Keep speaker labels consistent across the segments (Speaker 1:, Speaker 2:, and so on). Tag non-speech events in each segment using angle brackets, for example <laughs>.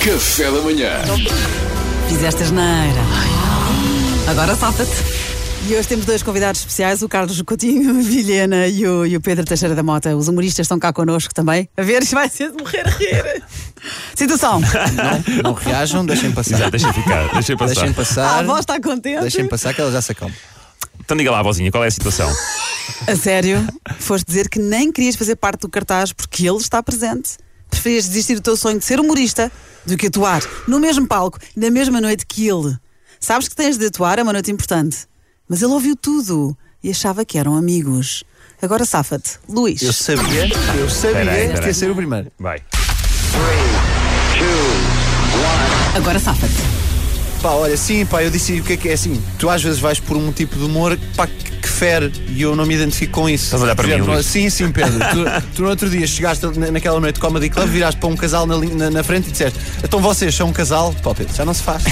Speaker 1: Café da manhã.
Speaker 2: Fizeste asneira. Agora salta-te. E hoje temos dois convidados especiais, o Carlos Coutinho <laughs> Vilhena e o, e o Pedro Teixeira da Mota. Os humoristas estão cá connosco também. A ver, vai ser de morrer a <laughs> rir. Situação.
Speaker 3: Não reajam, deixem passar.
Speaker 4: Exato, deixa ficar, deixa passar.
Speaker 3: Deixem
Speaker 2: Ah, A tá
Speaker 3: passar.
Speaker 2: avó está contente.
Speaker 3: Deixem passar que ela já se acalma.
Speaker 4: Então diga lá, vozinha, qual é a situação?
Speaker 2: A sério, foste dizer que nem querias fazer parte do cartaz porque ele está presente. Preferias desistir do teu sonho de ser humorista do que atuar no mesmo palco, na mesma noite que ele. Sabes que tens de atuar, é uma noite importante. Mas ele ouviu tudo e achava que eram amigos. Agora safa-te, Luís.
Speaker 3: Eu sabia, eu sabia
Speaker 4: Peraí,
Speaker 3: que
Speaker 4: peraí.
Speaker 3: ia ser o primeiro.
Speaker 4: Vai.
Speaker 2: Agora safa-te.
Speaker 3: Pá, olha, sim, pá, eu disse o que é que é assim. Tu às vezes vais por um tipo de humor pá, que, que fere e eu não me identifico com isso.
Speaker 4: Estás a olhar para
Speaker 3: Por
Speaker 4: mim,
Speaker 3: exemplo,
Speaker 4: Luís?
Speaker 3: Sim, sim, Pedro. Tu, tu no outro dia chegaste na- naquela noite de Comedy Club, viraste para um casal na, lin- na- na frente e disseste: Então vocês são um casal? Pá, Pedro, já não se faz.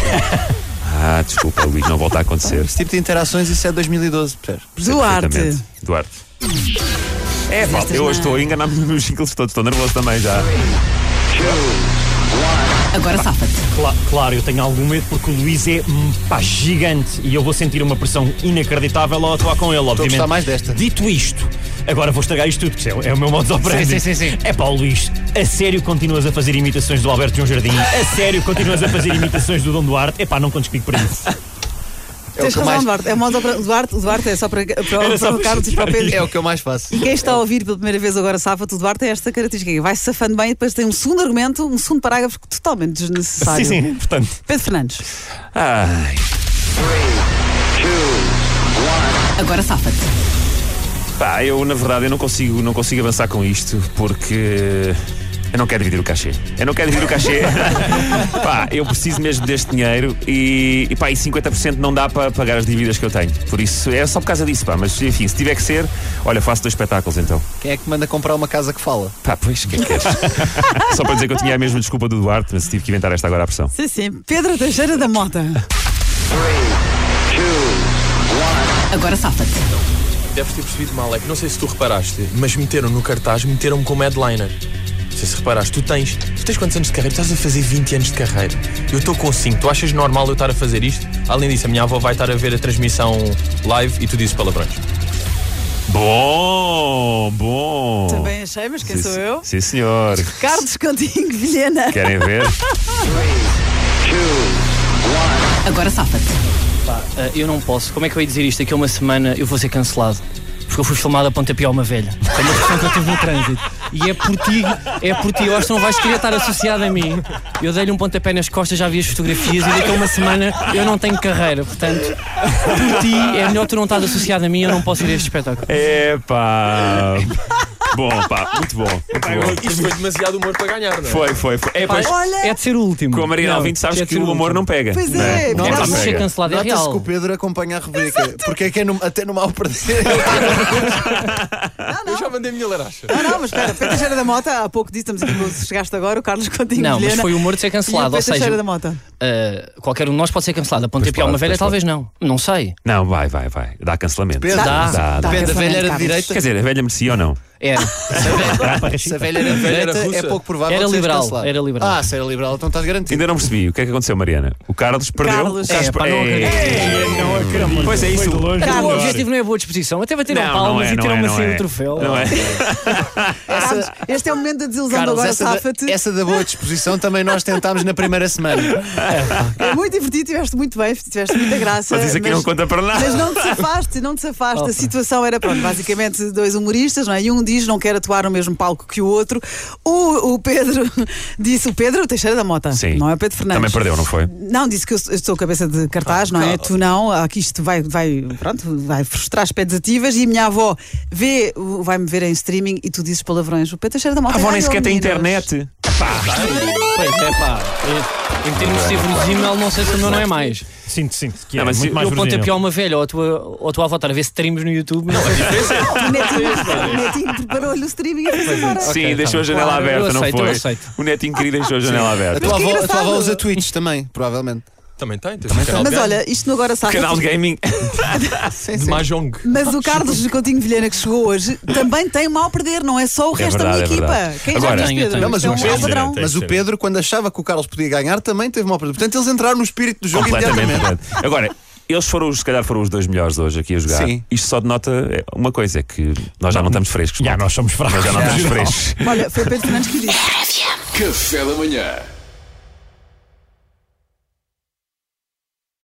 Speaker 4: Ah, desculpa, Luís, não volta a acontecer.
Speaker 3: Esse tipo de interações, isso é 2012, percebes?
Speaker 2: Duarte.
Speaker 4: Perfeitamente. Duarte. É, pá,
Speaker 2: estas
Speaker 4: eu hoje
Speaker 2: não.
Speaker 4: estou a enganar-me nos meus jingles todos, estou nervoso também já.
Speaker 2: Agora safa-te.
Speaker 5: Cla- claro, eu tenho algum medo porque o Luís é hum, pá, gigante e eu vou sentir uma pressão inacreditável ao atuar com ele,
Speaker 3: a
Speaker 5: obviamente.
Speaker 3: gostar mais desta.
Speaker 5: Dito isto, agora vou estragar isto tudo, porque isto é, é o meu modo de operar.
Speaker 3: Sim, sim, sim, sim.
Speaker 5: É pá, Luís, a sério continuas a fazer imitações do Alberto João Jardim? A sério continuas a fazer imitações do Dom Duarte? É pá, não contes comigo para isso.
Speaker 3: É o
Speaker 2: Tens
Speaker 3: que eu
Speaker 2: razão,
Speaker 3: mais-
Speaker 2: Duarte. É modo para, o Duarte, o Duarte é só para,
Speaker 3: <laughs>
Speaker 2: para, para,
Speaker 5: só
Speaker 2: o
Speaker 5: para
Speaker 2: Carlos e para o Pedro.
Speaker 3: É o que eu mais faço.
Speaker 2: E quem está a ouvir pela primeira vez agora safa-te, o Duarte é esta característica. Vai se safando bem e depois tem um segundo argumento, um segundo parágrafo totalmente desnecessário.
Speaker 5: Sim, sim, portanto.
Speaker 2: Pedro Fernandes.
Speaker 4: Ai,
Speaker 2: Agora safa-te.
Speaker 4: pá, eu na verdade eu não consigo, não consigo avançar com isto porque. Eu não quero dividir o cachê. Eu não quero dividir o
Speaker 2: <laughs>
Speaker 4: cachê. pá, eu preciso mesmo deste dinheiro e, e pá, e 50% não dá para pagar as dívidas que eu tenho. Por isso, é só por causa disso, pá. Mas enfim, se tiver que ser, olha, faço dois espetáculos então.
Speaker 3: Quem é que manda comprar uma casa que fala?
Speaker 4: Pá, Tá, pois, quem <laughs> queres? Só para dizer que eu tinha a mesma desculpa do Duarte, mas tive que inventar esta agora à pressão.
Speaker 2: Sim, sim. Pedro Teixeira da Mota. Agora safa-te.
Speaker 6: Deves ter percebido mal, é que não sei se tu reparaste, mas meteram no cartaz, meteram-me como headliner. Não sei se reparaste, tu tens, tu tens quantos anos de carreira? Tu estás a fazer 20 anos de carreira. Eu estou com 5. Tu achas normal eu estar a fazer isto? Além disso, a minha avó vai estar a ver a transmissão live e tu dizes palavrões.
Speaker 4: Bom, bom.
Speaker 2: Também achei, mas quem
Speaker 4: Sim,
Speaker 2: sou
Speaker 4: sim-
Speaker 2: eu?
Speaker 4: Sim, senhor.
Speaker 2: Carlos Continho Vilhena.
Speaker 4: Querem ver?
Speaker 2: Agora safa-te.
Speaker 7: Ah, eu não posso. Como é que eu ia dizer isto? Daqui a uma semana eu vou ser cancelado. Porque eu fui filmado a pontapé a uma velha. Foi uma questão que eu tive no trânsito. E é por ti, é por ti. Eu acho que não vais querer estar associado a mim. Eu dei-lhe um pontapé nas costas, já vi as fotografias e daqui a uma semana eu não tenho carreira. Portanto, por ti é melhor tu não estás associado a mim, eu não posso ir a este espetáculo.
Speaker 4: Epá. Bom, pá, muito bom. muito bom.
Speaker 6: Isto foi demasiado humor para ganhar, não é?
Speaker 4: Foi, foi, foi. É, pois,
Speaker 2: Olha.
Speaker 7: É de ser o último.
Speaker 4: com a Maria
Speaker 7: Não,
Speaker 4: Alvim, sabes
Speaker 7: é de
Speaker 4: que
Speaker 7: ser
Speaker 4: o amor
Speaker 7: último.
Speaker 4: não pega.
Speaker 2: Pois é,
Speaker 4: né?
Speaker 2: não
Speaker 7: Não,
Speaker 2: dá
Speaker 4: não
Speaker 7: é
Speaker 2: para
Speaker 7: preciso ser
Speaker 4: pega.
Speaker 7: cancelado, é
Speaker 3: Nota-se que o
Speaker 7: real.
Speaker 3: Pedro acompanha a rubrica, porque é que é no- até no mal perder.
Speaker 6: Eu já mandei a minha laracha.
Speaker 2: Ah, não, mas espera, Pedro Teixeira da Mota, há pouco disse, estamos aqui, se chegaste agora, o Carlos Continho
Speaker 7: Não, mas
Speaker 2: Vilhena.
Speaker 7: foi o humor de ser
Speaker 2: e o
Speaker 7: cancelado. Ou
Speaker 2: Pedro Teixeira da
Speaker 7: seja,
Speaker 2: Mota.
Speaker 7: ah, qualquer um de nós pode ser cancelado. A
Speaker 4: Pois
Speaker 7: pontapé a
Speaker 4: pode,
Speaker 7: uma velha,
Speaker 4: pois pode.
Speaker 7: talvez não. Não sei.
Speaker 4: Não, vai, vai, vai. Dá cancelamento.
Speaker 3: Pedro,
Speaker 7: Dá.
Speaker 4: Dá,
Speaker 2: Tá,
Speaker 4: dá.
Speaker 3: Pedro, a velha era de
Speaker 2: é Carlos.
Speaker 3: direita.
Speaker 4: Quer dizer, a velha merecia ou não?
Speaker 7: É.
Speaker 3: Se a velha era de
Speaker 6: velha era
Speaker 3: direita, é
Speaker 6: russa.
Speaker 3: pouco provável
Speaker 7: Era
Speaker 3: que sejas
Speaker 7: liberal,
Speaker 3: cancelado.
Speaker 7: era liberal.
Speaker 3: Ah, se era liberal, então estás garantido.
Speaker 4: Ainda não percebi. O que é que aconteceu, Mariana? O Carlos perdeu?
Speaker 2: Carlos.
Speaker 4: O Carlos
Speaker 7: É, pá, não
Speaker 4: Ei,
Speaker 5: Não acredito.
Speaker 4: Pois é isso.
Speaker 7: O
Speaker 2: Carlos.
Speaker 7: objetivo não é boa disposição, até bater
Speaker 4: Não,
Speaker 7: um
Speaker 4: não
Speaker 7: palmas
Speaker 4: é,
Speaker 7: e
Speaker 4: não
Speaker 7: ter
Speaker 4: é,
Speaker 7: uma
Speaker 4: não
Speaker 7: cena
Speaker 4: é.
Speaker 7: do troféu.
Speaker 4: Não é?
Speaker 2: Carlos, este é o momento da desilusão do
Speaker 3: Carlos,
Speaker 2: agora
Speaker 3: essa,
Speaker 2: safa-te.
Speaker 3: da, essa da boa disposição também nós tentámos na primeira semana.
Speaker 2: É muito divertido, tiveste muito bem, tiveste muita graça.
Speaker 4: Mas isso aqui não conta para nada.
Speaker 2: Mas não é te afaste, não te afaste. A situação era, pronto, basicamente dois humoristas, não é? E um diz não quer atuar no mesmo palco que o outro. O, o Pedro <laughs> disse, o Pedro Teixeira da Mota,
Speaker 4: Sim.
Speaker 2: não é o Pedro Fernandes.
Speaker 4: Também perdeu, não foi? Ah,
Speaker 2: Não, disse que eu sou- eu sou cabeça de cartaz, não é? Tu não, aqui isto vai, vai, pronto, vai frustrar expectativas e a minha avó vê, o- vai-me ver em streaming e tu dizes palavrões. O Pedro Teixeira da Mota
Speaker 4: A avó nem
Speaker 2: ganhou,
Speaker 4: sequer tem
Speaker 2: meninas.
Speaker 4: internet.
Speaker 7: Pois é, pá. É, Em termos de ser verosímil, não sei se o meu não é mais.
Speaker 5: Sinto, sinto. Que
Speaker 4: Não,
Speaker 5: é,
Speaker 4: mas
Speaker 5: muito
Speaker 4: eu-
Speaker 5: mais
Speaker 7: Eu ponto a
Speaker 5: verdadeiro.
Speaker 7: pior uma velha ou a tua, ou a tua avó estar a ver streams no YouTube. Não,
Speaker 2: O Netinho, o Netinho preparou-lhe o streaming e
Speaker 4: é.
Speaker 2: foi embora.
Speaker 4: Sim, deixou a
Speaker 7: bem.
Speaker 4: janela
Speaker 7: Claro, eu
Speaker 4: aberta, não
Speaker 7: aceito, eu
Speaker 4: foi?
Speaker 7: aceito.
Speaker 4: O netinho querido deixou a janela
Speaker 3: A
Speaker 4: aberta.
Speaker 3: tua,
Speaker 2: que
Speaker 3: avó, a tua
Speaker 2: engraçado.
Speaker 3: avó usa tweets também, provavelmente.
Speaker 6: Também tem, tens um canal
Speaker 2: Mas
Speaker 6: de gaming,
Speaker 2: olha, isto no agora sabe.
Speaker 4: Canal
Speaker 2: <laughs>
Speaker 4: de gaming.
Speaker 6: de Mahjong.
Speaker 2: Mas o Carlos Coutinho Vilhena que chegou hoje também tem mal a perder, não é só o
Speaker 4: É
Speaker 2: resto
Speaker 4: verdade,
Speaker 2: da
Speaker 4: é
Speaker 2: minha
Speaker 4: verdade.
Speaker 2: equipa. Quem
Speaker 4: Agora-
Speaker 2: já diz
Speaker 7: Tenho,
Speaker 2: Pedro?
Speaker 7: tenho.
Speaker 3: Não, mas
Speaker 2: Isto é
Speaker 3: o
Speaker 2: um
Speaker 3: Pedro-
Speaker 2: mau padrão.
Speaker 5: Tem
Speaker 3: Mas
Speaker 5: que
Speaker 3: o
Speaker 5: ser.
Speaker 3: Pedro, quando achava que o Carlos podia ganhar, também teve uma oportunidade. Portanto, eles entraram no espírito do jogo
Speaker 4: Completamente.
Speaker 3: imediatamente.
Speaker 4: verdade. Agora, eles foram, os- se calhar, foram os dois melhores hoje aqui a jogar.
Speaker 3: Sim.
Speaker 4: Isto só denota é, uma coisa: é que nós já não estamos frescos.
Speaker 5: Já
Speaker 4: malta.
Speaker 5: nós somos fracos.
Speaker 4: Já não estamos frescos.
Speaker 2: Olha, foi o Pedro Fernandes que disse.
Speaker 1: Café da Manhã